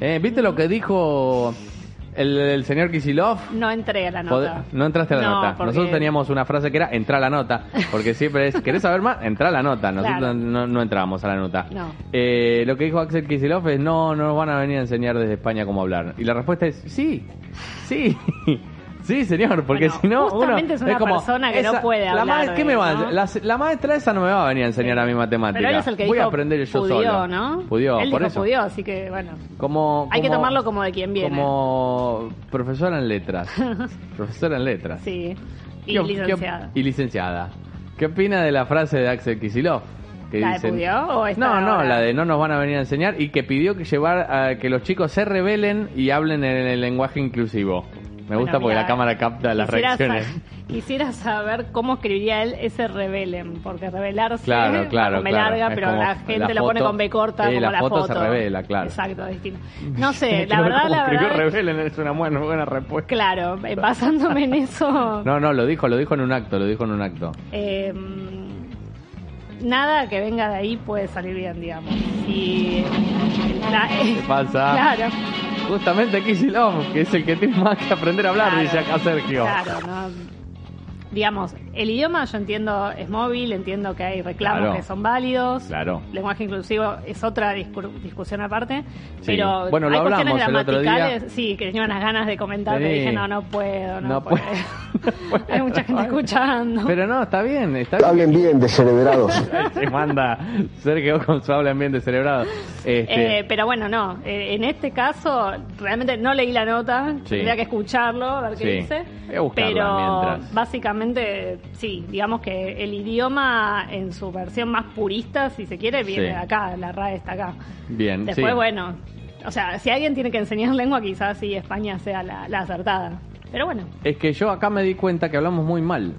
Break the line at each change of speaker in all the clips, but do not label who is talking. Eh, ¿Viste lo que dijo el, el señor Kisilov?
No entré a la nota.
No entraste a la
No,
nota.
porque-
Nosotros teníamos una frase que era entra a la nota, porque siempre es, ¿querés saber más? Entra a la nota. Nosotros
Claro.
no, no entramos a la nota.
No.
Eh, lo que dijo Axel Kisilov es, no, no nos van a venir a enseñar desde España cómo hablar. Y la respuesta es, sí, sí. Sí, señor, porque
Bueno,
si no, uno
justamente es una
como,
persona que no
esa-
puede
la
hablar
ma- ¿qué
de-
me va a-
¿no?
la, la maestra esa no me va a venir a enseñar a mí matemática.
Pero él es el que
Voy
dijo
a aprender yo
pudió,
solo.
¿no?
Pudió,
Él
por
dijo
eso.
pudió, así que bueno.
Como,
Hay que tomarlo como de quien viene.
Como profesora en letras. profesora en letras.
Sí. Y
¿Qué op- qué op-
licenciada.
y licenciada. ¿Qué opina de la frase de Axel Kisilov? Que
¿La de pudió o esta
No, no,
ahora?
la de no nos van a venir a enseñar y que pidió que llevar a que los chicos se rebelen y hablen en el lenguaje inclusivo. Me
Bueno,
gusta porque
mira,
la cámara capta las
quisiera
reacciones.
sa- quisiera saber cómo escribiría él ese rebelen, porque rebelarse
Claro, claro,
con B
claro.
larga,
Es
pero
como
la gente
la
lo pone
foto.
con B corta,
Sí,
como
la
la,
foto se revela, claro.
Exacto, distinto. No sé, la
Quiero ver
verdad,
cómo
la
escribió
verdad.
rebelen es una buena, buena respuesta.
Claro, eh, basándome en eso.
No, no, lo dijo, lo dijo en un acto, lo dijo en un acto.
eh, nada que venga de ahí puede salir bien, digamos. Y. la-
¿Qué pasa?
Claro.
Justamente Kisilov, que es el que tiene más que aprender a hablar,
Claro.
dice acá Sergio.
Claro, no. Digamos, el idioma yo entiendo es móvil, entiendo que hay reclamos
Claro.
que son válidos.
Claro.
Lenguaje inclusivo es otra discur- discusión aparte.
Sí.
Pero
Bueno, lo
hay cuestiones
hablamos el otro día.
gramaticales, sí, que tenía unas ganas de comentar, pero
Sí.
dije, no, no puedo, no,
No
puedo.
puedo.
hay mucha gente escuchando.
Pero no, está bien, está bien.
Hablen bien, descerebrados.
Ahí Se manda Sergio con su habla ambiente celebrado. Este,
Eh, pero bueno, no. Eh, en este caso, realmente no leí la nota.
Sí.
Tendría que escucharlo, a ver qué
Sí.
dice.
Voy a buscarla
pero
mientras.
básicamente, sí, digamos que el idioma en su versión más purista, si se quiere, viene
Sí.
de acá, la RAE está acá.
bien,
Después,
sí.
bueno, o sea, si alguien tiene que enseñar lengua, quizás sí España sea la, la acertada. Pero bueno,
Es que yo acá me di cuenta que hablamos muy mal.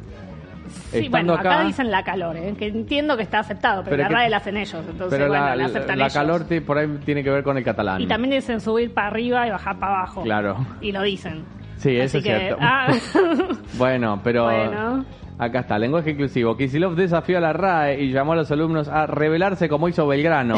sí,
Estando
bueno, acá,
acá-
dicen la calor, ¿eh? que entiendo que está aceptado, pero,
Pero
la
que-
RAE la hacen ellos, entonces
pero
bueno,
la,
la, aceptan
la
ellos.
calor te- por ahí tiene que ver con el catalán.
Y también dicen subir para arriba y bajar para abajo.
Claro.
Y lo dicen.
Sí, eso
Así
es
que-
cierto.
ah,
Bueno, pero
Bueno.
acá está, lenguaje inclusivo. Kisilov desafió a la RAE y llamó a los alumnos a rebelarse como hizo Belgrano.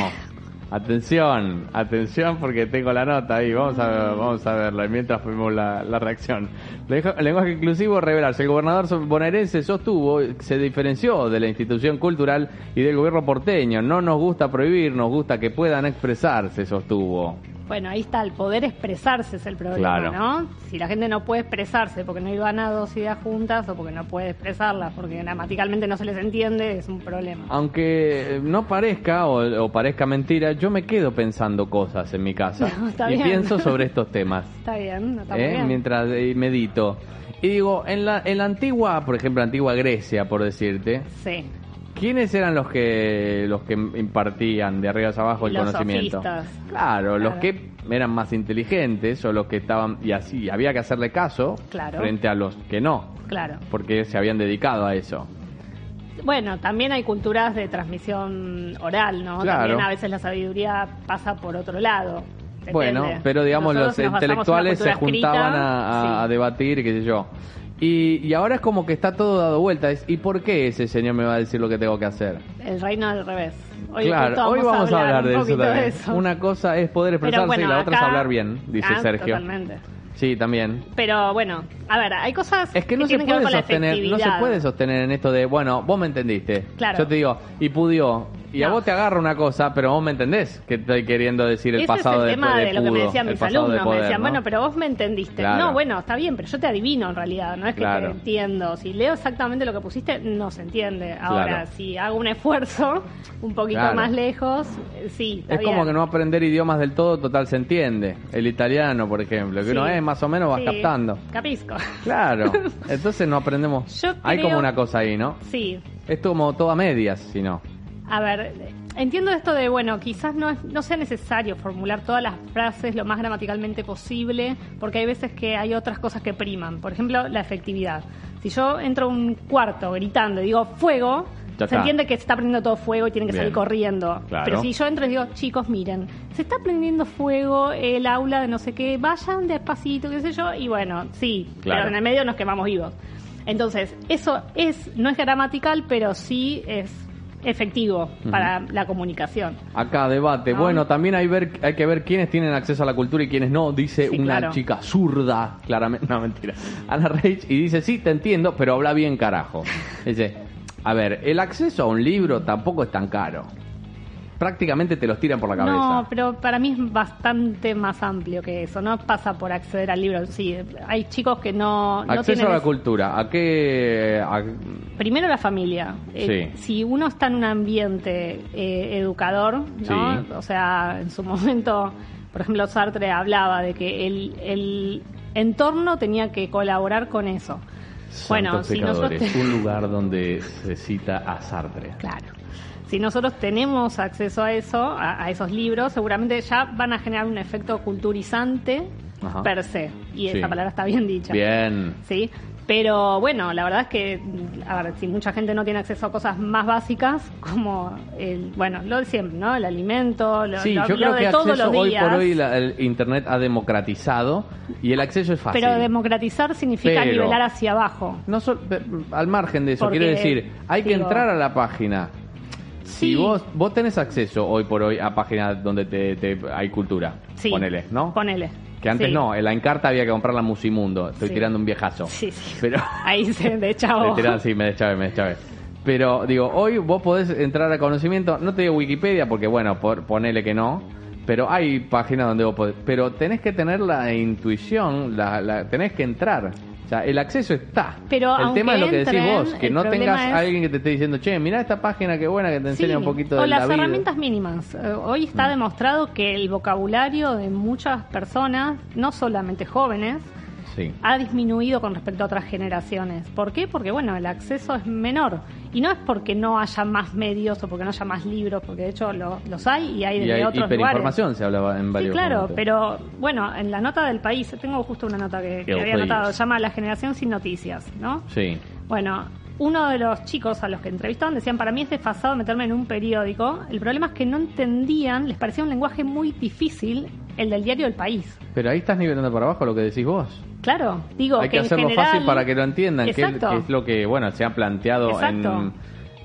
Atención, atención porque tengo la nota ahí, vamos a, vamos a verla y mientras fuimos la, la reacción. Lejo- Lenguaje inclusivo, rebelarse. El gobernador so- bonaerense sostuvo, se diferenció de la institución cultural y del gobierno porteño. No nos gusta prohibir, nos gusta que puedan expresarse, sostuvo.
bueno, ahí está, el poder expresarse es el problema,
Claro.
¿no? Si la gente no puede expresarse porque no iban a dos ideas juntas o porque no puede expresarlas, porque gramaticalmente no se les entiende, es un problema.
Aunque eh, no parezca o, o parezca mentira, yo me quedo pensando cosas en mi casa
No, está
y
bien.
pienso sobre estos temas
Está bien, no está muy
¿eh?
bien.
mientras eh, medito. Y digo, en la, en la antigua, por ejemplo, antigua Grecia, por decirte,
Sí,
¿quiénes eran los que los que impartían de arriba hacia abajo el
Los
conocimiento?
sofistas.
Claro, los
Claro.
que eran más inteligentes o los que estaban y así había que hacerle caso
Claro.
frente a los que no,
claro.
porque se habían dedicado a eso.
Bueno, también hay culturas de transmisión oral, ¿no?
Claro.
También a veces la sabiduría pasa por otro lado. ¿se
Bueno,
entiende?
pero digamos los
Nosotros nos basamos en una
intelectuales se
cultura escrita,
juntaban a, a-
sí.
a debatir y qué sé yo. Y, y ahora es como que está todo dado vuelta. Es, ¿Y por qué ese señor me va a decir lo que tengo que hacer?
El reino al revés. Hoy
claro,
justo
hoy vamos a hablar,
un
de eso
poquito
también.
de eso.
Una cosa es poder
Pero
expresarse
bueno,
y la otra es
acá-
hablar bien, dice
Ah,
Sergio.
Totalmente.
Sí, también.
Pero bueno, a ver, hay cosas
Es que no se
tienen que ver
puede
con la
sostener, no se
efectividad.
puede sostener en esto de, bueno, vos me entendiste.
Claro.
Yo te digo, y pudió. Y a
No.
vos te agarra una cosa, pero vos me entendés que estoy queriendo decir el
Ese
pasado
es el
de-
tema de,
de
lo que me
pudo,
decían
el
mis
pasado de
alumnos. me
poder,
decían,
¿no?
bueno, pero vos me entendiste.
Claro.
No, bueno, está bien, pero yo te adivino en realidad. No es que
Claro.
te entiendo. Si leo exactamente lo que pusiste, no se entiende. Ahora,
Claro.
si hago un esfuerzo un poquito
Claro.
más lejos, eh, sí. está
Es como
bien.
que no aprender idiomas del todo, total se entiende. El italiano, por ejemplo, que
Sí.
uno es más o menos vas
Sí,
captando.
Capisco.
Claro, entonces no aprendemos.
Yo
Hay
creo-
como una cosa ahí, ¿no?
Sí,
Es como todo a medias, si no.
A ver, entiendo esto de, bueno, quizás no, es- no sea necesario formular todas las frases lo más gramaticalmente posible, porque hay veces que hay otras cosas que priman. Por ejemplo, la efectividad. Si yo entro a un cuarto gritando y digo fuego,
Ya
se
está.
entiende que se está prendiendo todo fuego y tiene que
Bien.
salir corriendo.
Claro.
Pero si yo entro y digo, chicos, miren, se está prendiendo fuego el aula de no sé qué, vayan despacito, qué sé yo, y bueno, sí,
Claro.
pero en el medio nos quemamos vivos. Entonces, eso es, no es gramatical, pero sí es efectivo para la comunicación.
Acá debate.
Ah.
Bueno, también hay, ver, hay que ver quiénes tienen acceso a la cultura y quiénes no. Dice
Sí,
una
claro.
chica zurda, claramente. No, mentira. Ana Reich y dice, sí, te entiendo, pero habla bien carajo. Dice, a ver, el acceso a un libro tampoco es tan caro. Prácticamente te los tiran por la cabeza.
No, pero para mí es bastante más amplio que eso. No pasa por acceder al libro. Sí, hay chicos que no, no
acceso
tienen
a la
ese-
cultura. ¿A qué...? a-
Primero la familia. Eh, Si uno está en un ambiente eh, educador, ¿no?
Sí.
o sea, en su momento, por ejemplo, Sartre hablaba de que el, el entorno tenía que colaborar con eso. bueno,
Santos
si nosotros...
pecadores,
te-
Un lugar donde se cita a Sartre.
Claro. Si nosotros tenemos acceso a eso, a, a esos libros, seguramente ya van a generar un efecto culturizante
Ajá.
per se. Y
Sí.
esa palabra está bien dicha.
Bien.
¿sí? Pero bueno, la verdad es que, a ver, si mucha gente no tiene acceso a cosas más básicas, como, el, bueno, lo de siempre, ¿no? El alimento, lo,
Sí,
lo-
yo
lo
creo
de
que
todos
acceso
los
hoy
días.
por hoy la- el internet ha democratizado y el acceso es fácil.
pero democratizar significa
Pero-
nivelar hacia abajo.
no sol- pe- al margen de eso,
Porque,
quiero decir, hay que
digo-
entrar a la página. Si
Sí.
vos vos tenés acceso hoy por hoy a páginas donde te, te- hay cultura,
Sí.
ponele, ¿no?
Ponele.
Que antes
Sí.
no, en la encarta había que comprarla en Musimundo. Estoy
Sí.
tirando un viejazo.
Sí, sí.
Pero
Ahí se de
Le
chavo.
tiraron, sí, me deschavé, me deschavé. Pero digo, hoy vos podés entrar a conocimiento, no te digo Wikipedia, porque bueno, por, ponele que no, pero hay páginas donde vos podés. Pero tenés que tener la intuición, la, la- tenés que entrar. O sea, el acceso está.
Pero
el
aunque
tema es lo que decís
entren,
vos, que
el
no
problema
tengas
es-
alguien que te esté diciendo, che, mirá esta página que buena que te enseña
Sí,
un poquito
o
de
las
la vida. Mm.
herramientas mínimas. Eh, Hoy está demostrado que el vocabulario de muchas personas, no solamente jóvenes,
Sí.
ha disminuido con respecto a otras generaciones. ¿Por qué? Porque, bueno, el acceso es menor. Y no es porque no haya más medios o porque no haya más libros, porque de hecho lo- los hay y hay
Y
desde
hay
otros lugares.
hiperinformación, se hablaba en
Sí,
varios
claro,
momentos.
pero bueno, en la nota del país, tengo justo una nota que, que
El
había
país.
anotado, llama La generación sin noticias, ¿no?
Sí.
Bueno, uno de los chicos a los que entrevistaban decían, para mí es desfasado meterme en un periódico. El problema es que no entendían, les parecía un lenguaje muy difícil el del diario El País.
Pero ahí estás nivelando para abajo lo que decís vos.
Claro, digo
Hay que,
en
hacerlo
general-
fácil para que lo entiendan, que es,
Exacto.
que es lo que bueno se ha planteado
Exacto.
en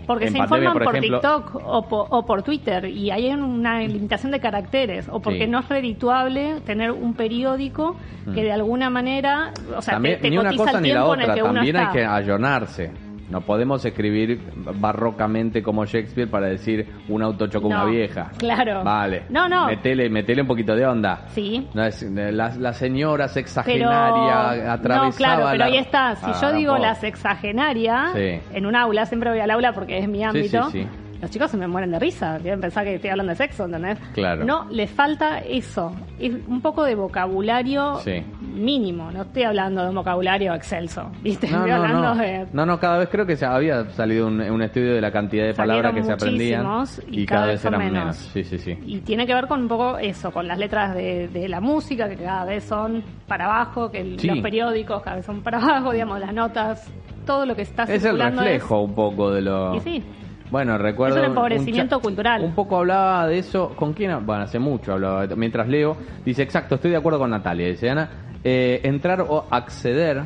Porque
en
se
pandemia,
informan
por
por,
ejemplo.
TikTok o po- o por, Twitter y hay una limitación de caracteres o porque
Sí. Mm.
no es redituable tener un periódico que de alguna manera, o sea,
También,
te, te
ni una
cotiza
cosa
el
ni la
tiempo en el
otra,
que uno
también hay
está.
que allonarse. No podemos escribir barrocamente como Shakespeare para decir un auto chocó una
No,
vieja.
claro.
Vale.
No, no.
Metele, metele un poquito de onda.
Sí.
No es- eh, la, la señora
Pero
sexagenaria atravesaba
no, claro, pero
la-
ahí está. Si
Ah,
yo digo
tampoco.
la sexagenaria
Sí.
en un aula, siempre voy al aula porque es mi ámbito.
sí, sí.
Los chicos se me mueren de risa, deben pensar que estoy hablando de sexo, ¿entendés?
Claro.
No, les falta eso, es un poco de vocabulario
Sí.
mínimo, no estoy hablando de un vocabulario excelso, ¿viste?
No,
estoy
no, no.
hablando de...
No, no, cada vez creo que se había salido un, un estudio de la cantidad de palabras que se
Salieron
aprendían
muchísimos y cada vez son
eran
menos.
Sí, sí, sí.
Y tiene que ver con un poco eso, con las letras de, de la música, que cada vez son para abajo, que el-
Sí.
los periódicos cada vez son para abajo, digamos, las notas, todo lo que está
Es el
circulando es-
reflejo un poco de lo.
Y sí.
Bueno, recuerdo.
Es un empobrecimiento
cha-
cultural.
Un poco hablaba de eso. ¿Con quién? Bueno, hace mucho hablaba. de esto. Mientras leo, dice: Exacto, estoy de acuerdo con Natalia. Dice Ana: eh, Entrar o acceder,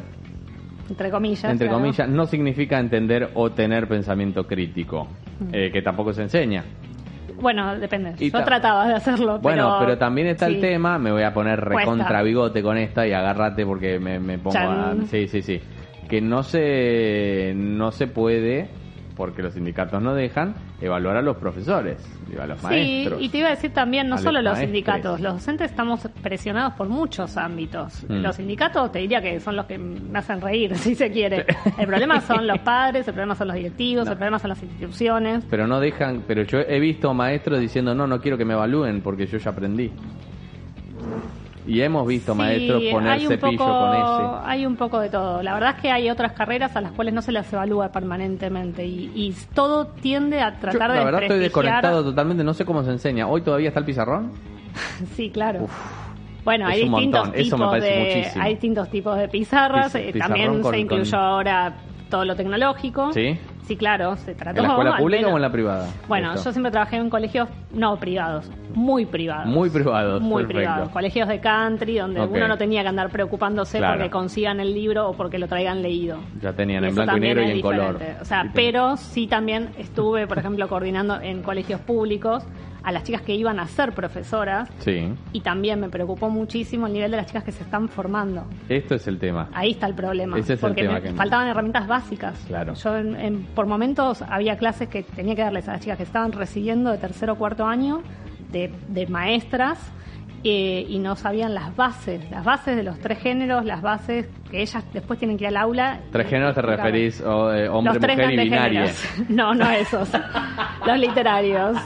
entre comillas.
entre
claro.
comillas, no significa entender o tener pensamiento crítico,
Mm.
eh, que tampoco se enseña.
Bueno, depende.
Y ta-
Yo trataba de hacerlo.
Bueno,
pero,
pero también está el
sí.
tema, me voy a poner
Cuesta.
recontra bigote con esta y agárrate porque me, me pongo a...
Chan.
Sí, sí, sí. Que no se, no se puede, porque los sindicatos no dejan, evaluar a los profesores, digo, a los
Sí,
maestros.
y te iba a decir también,
A
no
los
solo los
maestros.
sindicatos, los docentes estamos presionados por muchos ámbitos.
Mm.
Los sindicatos te diría que son los que me hacen reír, si se quiere. El problema son los padres, el problema son los directivos, el problema son las instituciones.
Pero no dejan, pero yo he visto maestros diciendo, no, no quiero que me evalúen porque yo ya aprendí. Y hemos visto
Sí,
maestros poner
hay un
cepillo
poco-
con ese.
Hay un poco de todo. La verdad es que hay otras carreras a las cuales no se las evalúa permanentemente y, y todo tiende a
Yo,
tratar de
la verdad estoy
desprestigiar-
desconectado totalmente, no sé cómo se enseña. ¿Hoy todavía está el pizarrón?
Sí, claro. Bueno,
es
hay
un
distintos,
montón. Eso me
tipos
parece
de,
muchísimo.
hay distintos tipos de pizarras.
Piz-
eh,
pizarrón
También
con-
se incluyó
con-
ahora todo lo tecnológico.
Sí.
Sí, claro, se trató.
¿En la escuela
al
pública
menos.
o en la privada?
Bueno,
Esto.
yo siempre trabajé en colegios No, privados, muy privados.
Muy privados,
Muy
perfecto.
privados. Colegios de country donde
Ok.
uno no tenía que andar preocupándose
Claro.
porque consigan el libro o porque lo traigan leído.
Ya tenían
Y
en
eso
blanco y
también
negro y
es
en color.
diferente. O sea,
Y te-
pero sí también estuve, por ejemplo, coordinando en colegios públicos a las chicas que iban a ser profesoras
Sí,
y también me preocupó muchísimo el nivel de las chicas que se están formando.
esto es el tema.
Ahí está el problema.
Ese es el
porque
tema
me
que-
faltaban herramientas básicas.
Claro.
Yo en- en- por momentos había clases que tenía que darles a las chicas que estaban recibiendo de tercero o cuarto año de, de maestras eh, y no sabían las bases, las bases de los tres géneros, las bases que ellas después tienen que ir al aula.
Tres géneros te
Claro.
referís o, eh, hombre,
los tres
mujer y
grandes
binaria.
géneros. No, no esos. los literarios.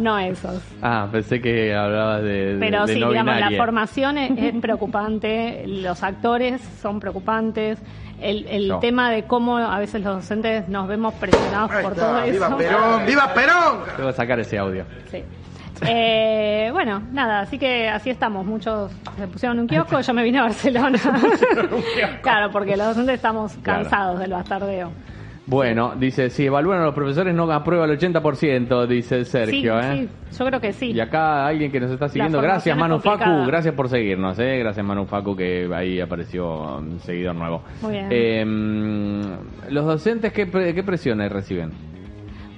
No esos.
Ah, pensé que hablabas de, de-
Pero
de
sí,
no
digamos,
binaria.
la formación es, es preocupante, los actores son preocupantes, el, el
Yo.
tema de cómo a veces los docentes nos vemos presionados por todo eso.
¡Viva Perón! ¡Viva Perón!
Tengo que sacar ese audio.
Sí. Eh, bueno, nada, así que así estamos. Muchos se pusieron un kiosco, yo me vine a Barcelona. claro, porque los docentes estamos
Claro.
cansados del bastardeo.
Bueno, dice, si evalúan a los profesores no aprueba el 80%, dice Sergio.
sí,
¿eh?
sí, yo creo que sí.
Y acá alguien que nos está siguiendo,
formación
gracias
es
Manu
complicada.
Facu, gracias por seguirnos, eh. gracias Manu Facu que ahí apareció un seguidor nuevo.
Muy bien.
Eh, los docentes, ¿qué, pre- qué presiones reciben?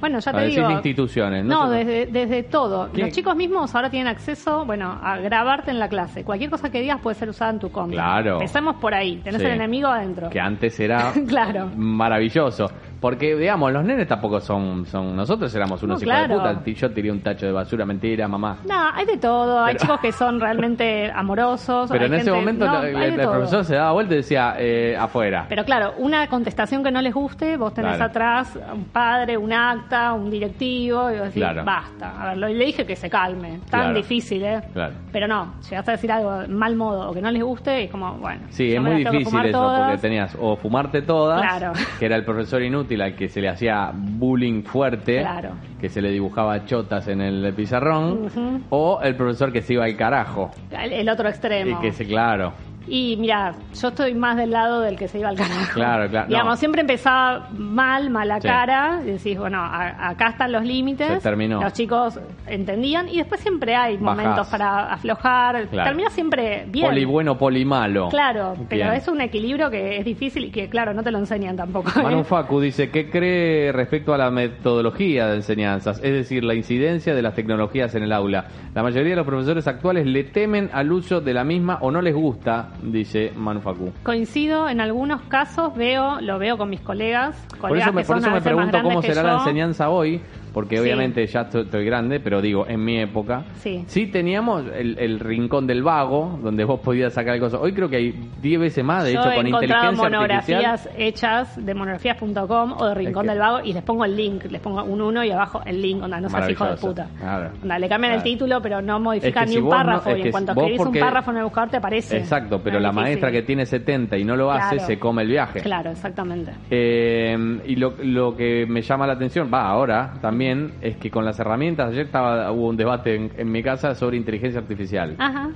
Bueno, ya
A
te
decir
digo.
instituciones, ¿no?
No, desde, desde todo.
¿Qué?
Los chicos mismos ahora tienen acceso, bueno, a grabarte en la clase. Cualquier cosa que digas puede ser usada en tu contra.
Claro.
Empezamos por ahí. Tenés
Sí.
el enemigo adentro.
Que antes era
Claro.
maravilloso. Porque, digamos, los nenes tampoco son... son nosotros éramos unos
No,
hijos
claro.
de puta. Yo tiré un tacho de basura, mentira, mamá.
No, hay de todo. hay
Pero-
chicos que son realmente amorosos.
Pero
hay
en ese
gente-
momento
no,
la-
hay
la-
de
el
todo.
profesor se daba vuelta y decía, eh, afuera.
Pero claro, una contestación que no les guste, vos tenés
Claro.
atrás un padre, un acta, un directivo, y vos decís,
Claro.
basta. A ver, lo- le dije que se calme. Tan
Claro.
difícil, ¿eh?
Claro.
Pero no, llegaste a decir algo de mal modo o que no les guste, y es como, bueno.
Sí,
yo
es muy
me las tengo que
difícil
fumar
eso,
todas.
porque tenías o fumarte todas,
Claro.
que era el profesor inútil al que se le hacía bullying fuerte,
Claro.
que se le dibujaba chotas en el pizarrón,
Ujú.
o el profesor que se iba al carajo.
El, el otro
Y
extremo.
que se, claro,
Y mira, yo estoy más del lado del que se iba al carajo.
Claro, claro,
Digamos,
no.
siempre empezaba mal, mala
Sí.
cara. Y decís, bueno, a- acá están los límites.
Se terminó.
Los chicos entendían. Y después siempre hay
Bajás.
momentos para aflojar.
Claro.
Termina siempre bien.
poli bueno, poli malo.
Claro, pero
Bien.
es un equilibrio que es difícil y que, claro, no te lo enseñan tampoco. ¿eh?
Manu Facu dice, ¿qué cree respecto a la metodología de enseñanzas? Es decir, la incidencia de las tecnologías en el aula. La mayoría de los profesores actuales le temen al uso de la misma o no les gusta, dice Manu Facu.
Coincido en algunos casos, veo, lo veo con mis colegas.
Por
colegas
eso me,
que
por
son
eso
a
me
veces más
pregunto cómo
grandes que
será la
yo.
enseñanza hoy, porque
Sí.
obviamente ya estoy, estoy grande, pero digo, en mi época,
Sí.
teníamos el, el rincón del vago, donde vos podías sacar cosas. Hoy creo que hay 10 veces más, de
Yo
hecho,
he
con
encontrado
inteligencia artificial.
monografías hechas de monografías.com o de Rincón
Es que-
del Vago y les pongo el link, les pongo un 1 y abajo el link, onda, no seas hijo de
Maravilloso.
puta.
Claro.
Onda, le cambian
Claro.
el título, pero no modifican
Es que
ni
si
un
vos no-
párrafo
es
y
que
en cuanto
vos
escribís
porque-
un párrafo en el buscador te aparece.
Exacto, pero
Es
la
difícil.
maestra que tiene 70 y no lo hace,
Claro.
se come el viaje.
Claro, exactamente.
Eh, y lo, lo que me llama la atención, va ahora también, es que con las herramientas, ayer estaba, hubo un debate en, en mi casa sobre inteligencia artificial.
Ajá.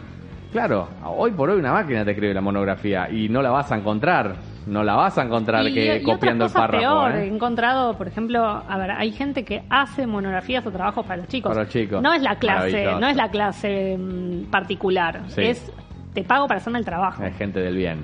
Claro, hoy por hoy una máquina te escribe la monografía y no la vas a encontrar. No la vas a encontrar
Y-
que
y
copiando el
otra cosa
párrafo.
peor,
¿eh?
he encontrado, por ejemplo, a ver, hay gente que hace monografías o trabajos para los chicos.
Para los chicos.
No es la clase,
Maravilloso.
no es la clase mm, particular,
Sí.
es te pago para hacerme el trabajo.
Hay gente del bien.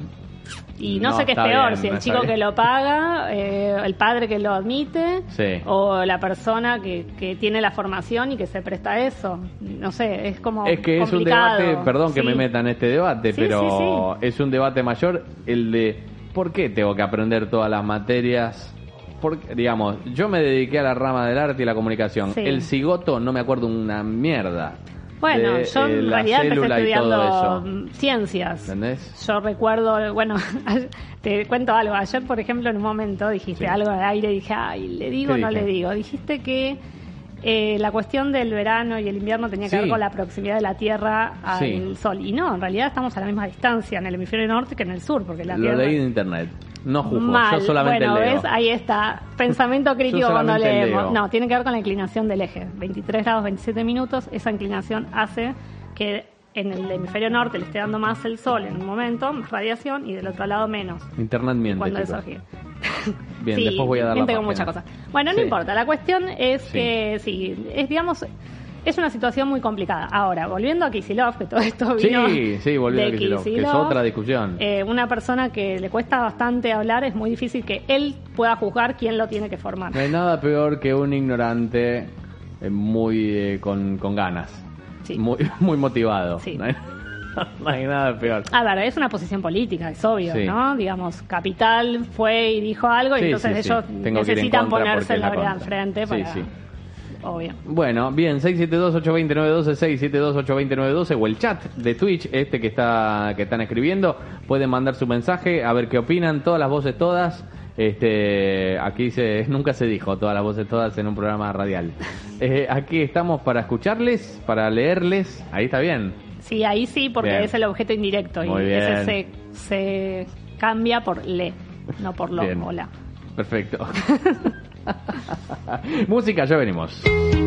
Y no,
Mm, No,
sé qué es
está
peor,
bien,
si el
está
chico
bien.
que lo paga, eh, el padre que lo admite,
Sí.
o la persona que, que tiene la formación y que se presta a eso. No sé, es como.
Es que es un
Oh, complicado.
debate, perdón que
Sí.
me meta en este debate,
Sí,
pero es un debate mayor el de por qué tengo que aprender todas las materias. Porque, digamos, yo me dediqué a la rama del arte y la comunicación.
Sí.
El cigoto no me acuerdo una mierda.
Bueno,
de,
yo
eh,
en
la
realidad empecé
célula y todo
estudiando
eso.
mm, ciencias.
¿Entendés?
Yo recuerdo, bueno, te cuento algo. Ayer, por ejemplo, en un momento dijiste
Sí.
algo al aire y dije, ay, ¿le digo o
¿Qué
no
dije?
le digo? Dijiste que eh, la cuestión del verano y el invierno tenía
Sí.
que ver con la proximidad de la Tierra al
Sí.
Sol. Y no, en realidad estamos a la misma distancia en el hemisferio norte que en el sur, porque la
Lo
Tierra...
leí en internet. No juzgo,
Mal.
yo solamente
bueno,
leo.
¿ves? Ahí está. Pensamiento crítico cuando
solamente
leemos.
leo.
No, tiene que ver con la inclinación del eje. 23 grados 27 minutos. Esa inclinación hace que en el hemisferio norte le esté dando más el sol en un momento, más radiación, y del otro lado menos.
Internet miente.
Cuando
chicos.
eso gira.
Bien,
Sí,
después voy a dar la
miente con
página.
muchas cosas. Bueno, no
Sí.
importa. La cuestión es
Sí.
que, sí, es, digamos, Es una situación muy complicada. Ahora, volviendo a Kisilov, que todo esto
Sí,
vino.
sí, volviendo
de
a Kicillof, que es otra discusión.
eh, una persona que le cuesta bastante hablar, es muy difícil que él pueda juzgar quién lo tiene que formar.
No hay nada peor que un ignorante eh, muy eh, con, con ganas.
Sí.
Muy, muy motivado.
Sí.
No, hay, no hay nada peor.
A ver, es una posición política, es obvio,
Sí.
¿no? Digamos, Capital fue y dijo algo y
Sí,
entonces
sí, sí.
ellos
Tengo que ir en
necesitan
contra porque
ponerse
es la
la verdad
contra.
enfrente
Sí,
para...
sí.
Obvio.
Bueno, bien, 672-820-912, 672-820-912 o el chat de Twitch, este que está que están escribiendo, pueden mandar su mensaje, a ver qué opinan, todas las voces todas. Este, aquí se, nunca se dijo todas las voces todas en un programa radial. Eh, aquí estamos para escucharles, para leerles. Ahí está bien.
Sí, ahí sí, porque
Bien.
es el objeto indirecto
Muy
y
bien.
ese se, se cambia por le, no por lo
Bien.
o la.
Perfecto. Música, ya venimos.